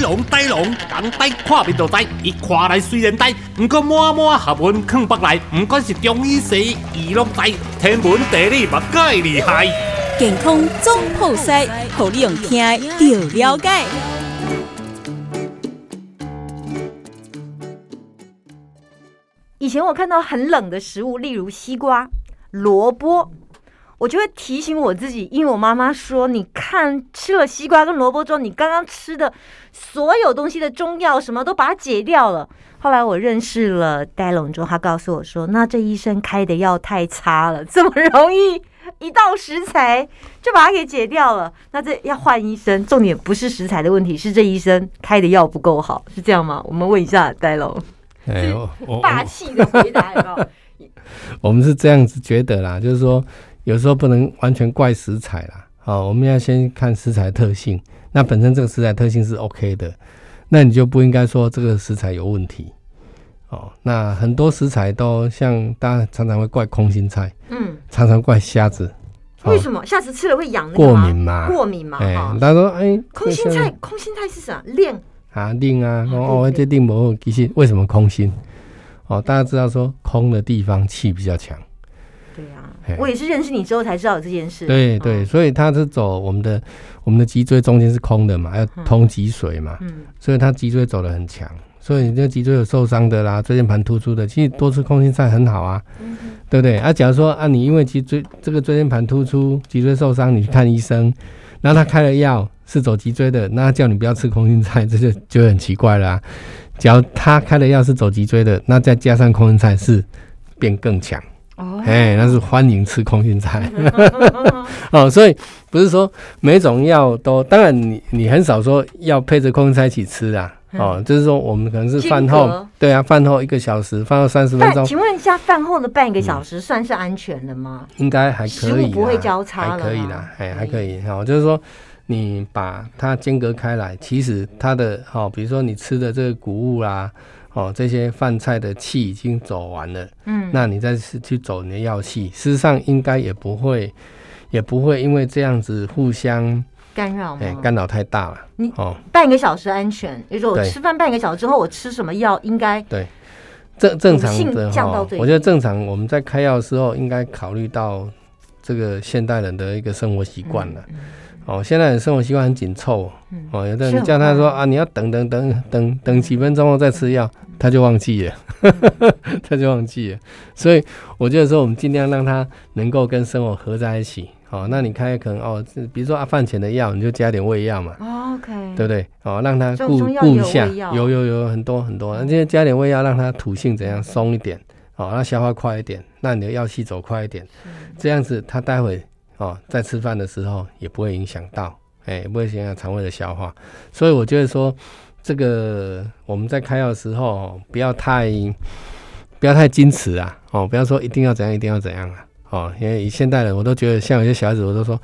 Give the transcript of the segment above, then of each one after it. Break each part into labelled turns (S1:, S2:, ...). S1: 龙呆龙，讲呆看面就呆，伊看来虽然呆，毋过满满学问藏北来，毋管是中医西医，伊拢知，天文地理嘛介厉害。
S2: 健康总铺塞，互你用听的就了解。
S3: 以前我看到很冷的食物，例如西瓜、萝卜，我就会提醒我自己，因为我妈妈说，你看吃了西瓜跟萝卜之后，你刚刚吃的所有东西的中药什么都把它解掉了。后来我认识了呆龙之后，他告诉我说，那这医生开的药太差了，这么容易一道食材就把它给解掉了，那这要换医生。重点不是食材的问题，是这医生开的药不够好，是这样吗？我们问一下呆龙。
S4: 哎，我我
S3: 霸
S4: 我
S3: 气的回答，有没 有？
S4: 我们是这样子觉得啦，就是说有时候不能完全怪食材啦，好、我们要先看食材特性，那本身这个食材特性是 OK 的，那你就不应该说这个食材有问题。哦，那很多食材都像大家常常会怪空心菜，
S3: 嗯，
S4: 常常怪虾子，哦
S3: 为什么下次吃了会痒那个
S4: 过
S3: 吗
S4: 敏嘛，
S3: 过敏嘛，
S4: 哎、
S3: 啊哈。
S4: 他说哎，
S3: 空心
S4: 这
S3: 菜
S4: 个，
S3: 空心菜是啥？练
S4: 啊，令啊，
S3: 对
S4: 哦，
S3: 对
S4: 这令不好，其实为什么空心？哦，大家知道说空的地方气比较强。
S3: 对啊
S4: 嘿，
S3: 我也是认识你之后才知道有这件事。
S4: 对对，
S3: 嗯，
S4: 所以它是走我们的我们的脊椎中间是空的嘛，要通脊髓嘛，
S3: 嗯，
S4: 所以它脊椎走得很强。所以你这脊椎有受伤的啦，椎间盘突出的，其实多吃空心菜很好啊，对不对？啊，假如说啊，你因为脊椎这个椎间盘突出、脊椎受伤，你去看医生，然后他开了药是走脊椎的，那他叫你不要吃空心菜，这就就很奇怪啦、假如他开的药是走脊椎的，那再加上空心菜是变更强。
S3: 哦，
S4: 哎，那是欢迎吃空 心菜哦，所以不是说每种药都，当然你你很少说要配着空心菜一起吃啊，哦，就是说我们可能是饭
S3: 间
S4: 后
S3: 嗯隔，
S4: 对啊，饭后一个小时，饭后三十分
S3: 饭，
S4: 钟，
S3: 请问一下，饭后的半个小时算是安全的吗？
S4: 应该还可以
S3: 食
S4: 啦，
S3: 物不会交叉
S4: 还
S3: 了
S4: 可以
S3: 吗
S4: 啦，哎，还
S3: 可
S4: 可以，哦，就是说你把它间隔开来，其实它的哦，比如说你吃的这个谷物啦，哦，这些饭菜的气已经走完了。
S3: 嗯，
S4: 那你再是去走你的药系，事实上应该也不会，也不会因为这样子互相
S3: 干扰
S4: 哎、
S3: 吗？
S4: 干扰太大了
S3: 哦你。
S4: 哦，
S3: 半个小时安全，也就是我
S4: 对
S3: 吃饭半个小时之后，我吃什么药应该
S4: 正正常
S3: 性
S4: 的
S3: 降到
S4: 哈
S3: 最，低
S4: 我觉得正常我们在开药的时候应该考虑到这个现代人的一个生活习惯了。哦，现代人生活习惯很紧凑
S3: 嗯
S4: 哦，有的
S3: 是
S4: 人
S3: 很嗯
S4: 叫他说
S3: 快
S4: 啊，你要等等等等等几分钟后再吃药，
S3: 嗯
S4: 他就忘记了， 他就忘记了。所以我觉得说，我们尽量让它能够跟生活合在一起。哦，那你开可能哦，这比如说啊，饭前的药你就加点胃药嘛，
S3: 哦 OK，
S4: 对不对？哦，让它
S3: 中
S4: 顾
S3: 中药
S4: 顾一
S3: 有
S4: 下
S3: 胃，药嗯
S4: 有有有很多很多，那就加点胃药，让它土性怎样松一点，哦，让消化快一点，让你的药气走快一点，这样子它待会哦在吃饭的时候也不会影响到，哎，也不会影响肠胃的消化。所以我觉得说，这个我们在开药的时候哦不要太不要太矜持啊，哦，不要说一定要怎样一定要怎样啊，哦，因为以现代人我都觉得像有些小孩子我都说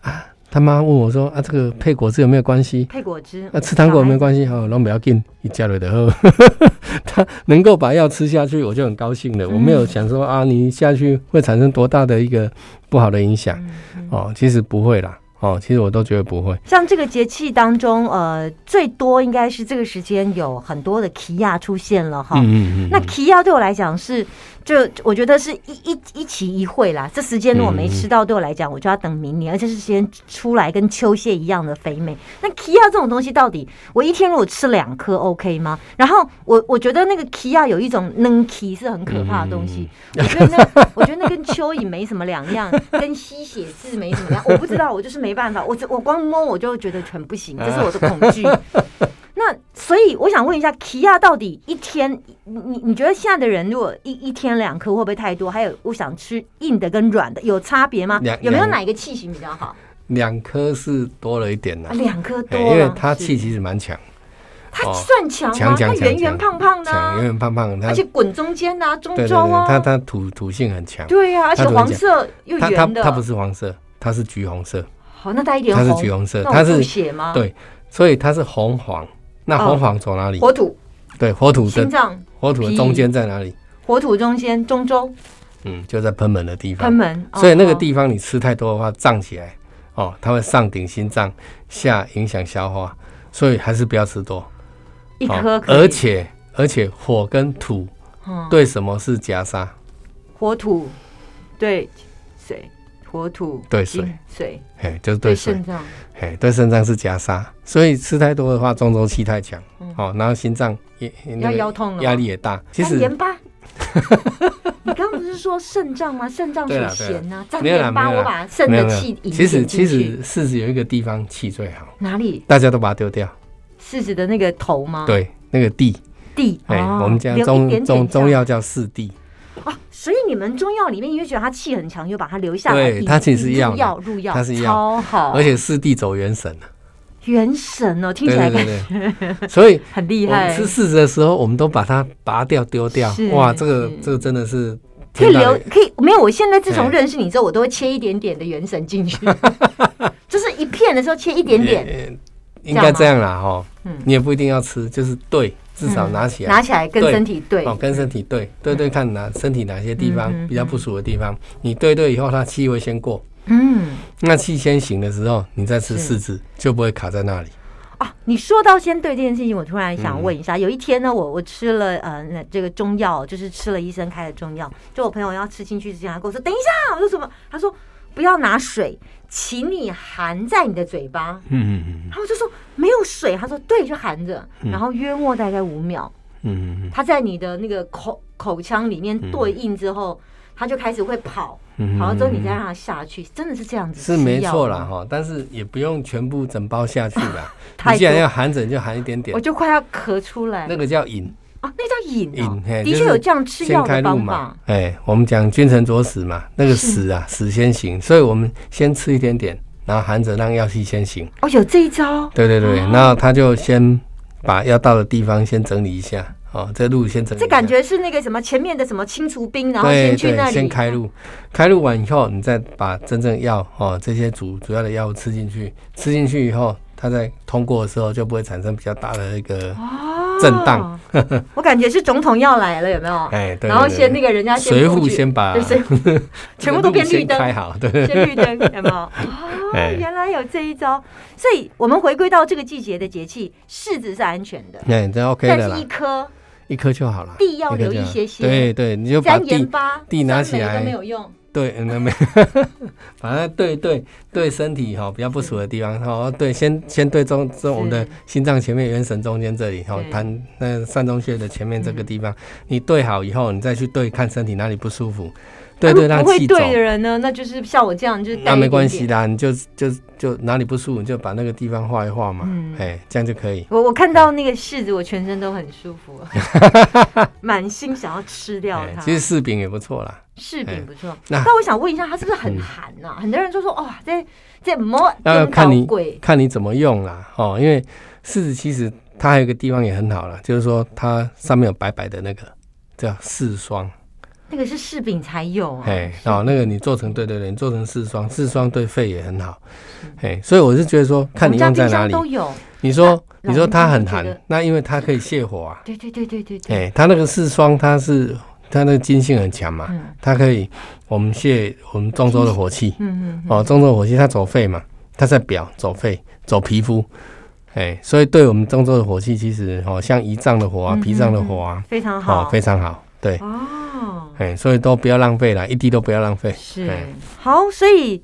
S4: 啊。他妈问我说：“啊，这个配果汁有没有关系？”
S3: 配果汁，
S4: 那、吃糖果没关系哈，拢不要紧，一家人的喝。 他能够把药吃下去，我就很高兴了。我没有
S3: 嗯
S4: 想说啊，你下去会产生多大的一个不好的影响、
S3: 嗯
S4: 哦，其实不会啦。哦，其实我都觉得不会。
S3: 像这个节气当中，呃，最多应该是这个时间有很多的奇亚出现了哈。
S4: 嗯
S3: 那奇亚对我来讲是，就我觉得是一一一期一会啦。这时间如果没吃到，对我来讲我就要等明年，而且是时间出来跟秋蟹一样的肥美。那奇亚这种东西到底，我一天如果吃两颗 OK 吗？然后我我觉得那个奇亚有一种嫩奇是很可怕的东西，
S4: 嗯
S3: 我觉得那我觉得那跟蚯蚓没什么两 样，跟吸血字没什么两样。我不知道，我就是没办法，我只我光摸我就觉得很不行，这是我的恐 惧。那所以我想问一下，奇亚到底一天，你你你觉得现在的人如果一一天两颗会不会太多？还有，我想吃硬的跟软的有差别吗
S4: 两？
S3: 有没有
S4: 两
S3: 哪一个器型比较好？
S4: 两颗是多了一点啦
S3: 啊，，两颗
S4: 哎
S3: 多了，
S4: 因为它气
S3: 是
S4: 其实蛮强，
S3: 它
S4: 哦
S3: 算强吗？
S4: 强强
S3: 它
S4: 强
S3: 圆圆
S4: 强
S3: 胖胖的啊、
S4: 强，因为胖胖它，
S3: 而且
S4: 对
S3: 滚中间的、啊、中
S4: 对对，
S3: 州啊，
S4: 它它土土性很强。
S3: 对呀、而且
S4: 它怎么
S3: 黄
S4: 讲
S3: 色又
S4: 它它
S3: 圆的，
S4: 它不是黄色，它是橘红色，
S3: 好，那带一点
S4: 它
S3: 红，
S4: 是橘红色，
S3: 那
S4: 它
S3: 我吐
S4: 是
S3: 血吗？
S4: 对，所以它是红黄。那
S3: 啊哦
S4: 红黄走哪里？
S3: 火土、
S4: 对，火土的
S3: 心脏、
S4: 火土的中间在哪里？
S3: 火土中间、中州、
S4: 嗯，就在喷门的地
S3: 喷
S4: 方。
S3: 门，
S4: 所以那
S3: 哦
S4: 个
S3: 哦
S4: 地方你吃太多的话，胀起来，哦，它会上顶心脏，下影响消化。所以还是不要吃多。
S3: 哦一
S4: 好
S3: 颗可以
S4: 哦而且而且火跟土
S3: 嗯
S4: 对什么是夹杀？
S3: 火土对水，火土
S4: 对
S3: 金
S4: 水
S3: 水
S4: 嘿，就是对
S3: 对
S4: 水
S3: 肾，脏，
S4: 嘿，对肾脏是夹杀。所以吃太多的话，中轴气太强，哦，然后心脏也那
S3: 嗯要
S4: 个
S3: 腰痛了
S4: 压
S3: 吗
S4: 力也大。其
S3: 沾
S4: 实
S3: 盐 巴。你刚刚不是说肾脏吗？肾脏属
S4: 对啦啊对啦
S3: 咸呐，沾
S4: 没有啦
S3: 盐
S4: 没
S3: 巴，
S4: 有
S3: 我
S4: 啦
S3: 把肾
S4: 没有
S3: 的
S4: 没
S3: 气
S4: 有，
S3: 引
S4: 其实
S3: 进
S4: 其
S3: 去
S4: 实柿子有一个地方气最好，
S3: 哪里
S4: 大家都把它丢掉。
S3: 柿子的那个头吗？，
S4: 对，那个地，
S3: 地。
S4: 哎，
S3: 啊哦
S4: 我们讲
S3: 留一点
S4: 中
S3: 点
S4: 中
S3: 这
S4: 中
S3: 样
S4: 药叫四地，
S3: 啊，所以你们中药里面，因为觉得它气很强，就把它留下来。
S4: 对，它其实是
S3: 入
S4: 药
S3: 药
S4: 啦，
S3: 入药，
S4: 它是药
S3: 超好，
S4: 而且四地走元神啊，
S3: 元神哦，听
S4: 对
S3: 起来
S4: 对
S3: 感觉
S4: 对对， 所以
S3: 很厉
S4: 我们
S3: 害
S4: 吃。柿子的时候，我们都把它拔掉丢掉
S3: 是，
S4: 哇，这个
S3: 是
S4: 这个真的是
S3: 可以
S4: 天大
S3: 留
S4: 的，
S3: 可以没有？我现在自从
S4: 哎
S3: 认识你之后，我都会切一点点的元神进 去，就是一片的时候切一点点，
S4: 应该
S3: 这
S4: 这
S3: 样
S4: 样啦哈
S3: 嗯，
S4: 你也不一定要吃，就是对，至少拿起来
S3: 拿起来跟
S4: 对
S3: 身体对
S4: 哦，跟身体对对对，看哪身体哪些地方
S3: 嗯嗯
S4: 比较不熟的地方，你对对以后，它气会先过。
S3: 嗯
S4: 那气先行的时候，你再吃
S3: 是
S4: 柿子就不会卡在那里。
S3: 啊，你说到先对这件事情，我突然
S4: 嗯
S3: 想问一下，有一天呢，我我吃了呃那这个中药，就是吃了医生开的中药，就我朋友要吃进去之前，他跟我说等一下，我说什么？他说不要拿水，请你含在你的嘴巴。
S4: 嗯嗯
S3: 然后我就说没有水，他说对，就含着，然后约莫大概五秒，
S4: 嗯嗯
S3: 它在你的那个口口腔里面对应之后，它就开始会跑，
S4: 嗯
S3: 跑了之后你再让它下去，真的是这样子，
S4: 是没错啦。哈，但是也不用全部整包下去 啦。
S3: 太
S4: 你既然
S3: 多
S4: 要含着，你就含一点点
S3: 我，就快要咳出来
S4: 那个叫饮
S3: 啊，那个叫饮哦
S4: 饮，，嘿
S3: 的
S4: 就
S3: 确
S4: 是
S3: 有这样吃
S4: 先
S3: 药
S4: 开
S3: 的
S4: 路
S3: 方
S4: 嘛
S3: 法，。
S4: 哎，我们讲君臣佐使嘛，那个使啊，使先行，所以我们先吃一点点，然后含着让药气先行。
S3: 哦，有这一招，
S4: 对对
S3: 哦
S4: 对，然后他就先把要到的地方先整理一下，哦，这路先整理一下。
S3: 这感觉是那个什么前面的什么清除兵，然后
S4: 对
S3: 先去
S4: 对
S3: 那，里
S4: 先开路，开路完以后，你再把真正药哦这些主主要的药物吃进去，吃进去以后，它在通过的时候就不会产生比较大的一个震荡。
S3: 哦。 我感觉是总统要来了，有没有？
S4: 哎， 对，
S3: 然后
S4: 对对
S3: 先那个人家先
S4: 水
S3: 布
S4: 浒
S3: 局
S4: 先把
S3: 对 水全部都变绿
S4: 先
S3: 灯
S4: 开好，对对
S3: 先绿灯，有 没有？哦，
S4: 哎
S3: 原来有这一招，所以我们回归到这个季节的节气，柿子是安全的，
S4: 哎，这 OK
S3: 但
S4: 的
S3: 是
S4: 啦
S3: 一，颗
S4: 一颗就好了，
S3: 地要
S4: 颗
S3: 留
S4: 就
S3: 一
S4: 好
S3: 些些
S4: 对对，你就把
S3: 沾盐
S4: 地
S3: 巴，
S4: 地拿
S3: 酸
S4: 起
S3: 梅都
S4: 来
S3: 没有用，
S4: 对， 嗯，没，没反正对对对身体哈、比较不熟的地方哈、对，先先对中中我们的
S3: 嗯是
S4: 心脏前面、元神中间这里哈，
S3: 对嗯
S4: 痰、那个膻中穴的前面这个地方，你对好以后，你再去对看身体哪里不舒服，对对，
S3: 啊
S4: 让
S3: 如果不会
S4: 气走，
S3: 对的人呢，那就是像我这样，就是带
S4: 那
S3: 一
S4: 没
S3: 点
S4: 关系
S3: 点。
S4: 啦，你就就就哪里不舒服，你就把那个地方画一画嘛，哎、
S3: 嗯
S4: 这样就可以。
S3: 我我看到那个柿子，我全身都很舒 服，满心想要吃掉
S4: 哎
S3: 它。
S4: 其实柿饼也不错啦，
S3: 柿饼不错，
S4: 那嗯
S3: 但我想问一下，它是不是很寒呐、很多人就说哇，这这魔
S4: 那要
S3: 颠
S4: 看
S3: 倒
S4: 你
S3: 鬼，
S4: 看你怎么用啦，哦，因为柿子其实它还有一个地方也很好啦，就是说它上面有白白的那个叫柿霜，
S3: 那个是柿饼才有啊。
S4: 哎、哦，那个你做成对对对，你做成柿霜，柿霜对肺也很好，哎，所以我是觉得说看
S3: 嗯
S4: 你
S3: 我们
S4: 用
S3: 家
S4: 在
S3: 冰
S4: 哪
S3: 箱
S4: 里，
S3: 都有。
S4: 你说
S3: 那
S4: 你说它
S3: 老人
S4: 很
S3: 家会
S4: 寒
S3: 觉得，
S4: 那因为它可以泻火啊，
S3: 对对对对对对。
S4: 哎，它那个柿霜它是它那个筋性很强嘛，
S3: 嗯
S4: 它可以我们泻我们中州的火气，
S3: 嗯嗯
S4: 哦，中州火气它走肺嘛，它在表走肺走皮肤，哎，所以对我们中州的火气其实哦，像胰脏的火啊、
S3: 嗯
S4: 脾脏的火啊，
S3: 非常好。
S4: 哦非常好，对，
S3: 哦，
S4: 哎，所以都不要浪费啦，一滴都不要浪费。
S3: 是
S4: 哎
S3: 好，所以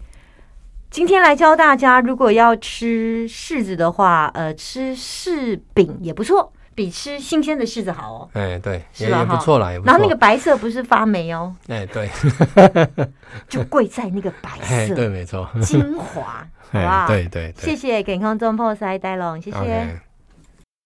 S3: 今天来教大家，如果要吃柿子的话，呃，吃柿饼也不错，比吃新鲜的柿子好哦。
S4: 哎，对，
S3: 是
S4: 也
S3: 吧
S4: 也不
S3: 哈
S4: 错啦，也不
S3: 然后那个
S4: 错。
S3: 白色不是发霉哦，
S4: 哎，对，
S3: 就贵在那个白
S4: 哎，
S3: 色
S4: 对，没错。
S3: 精华，好不
S4: 哎
S3: 好，？
S4: 对对
S3: 谢
S4: 对。
S3: 谢健康中破塞呆龙，谢谢。
S4: OK，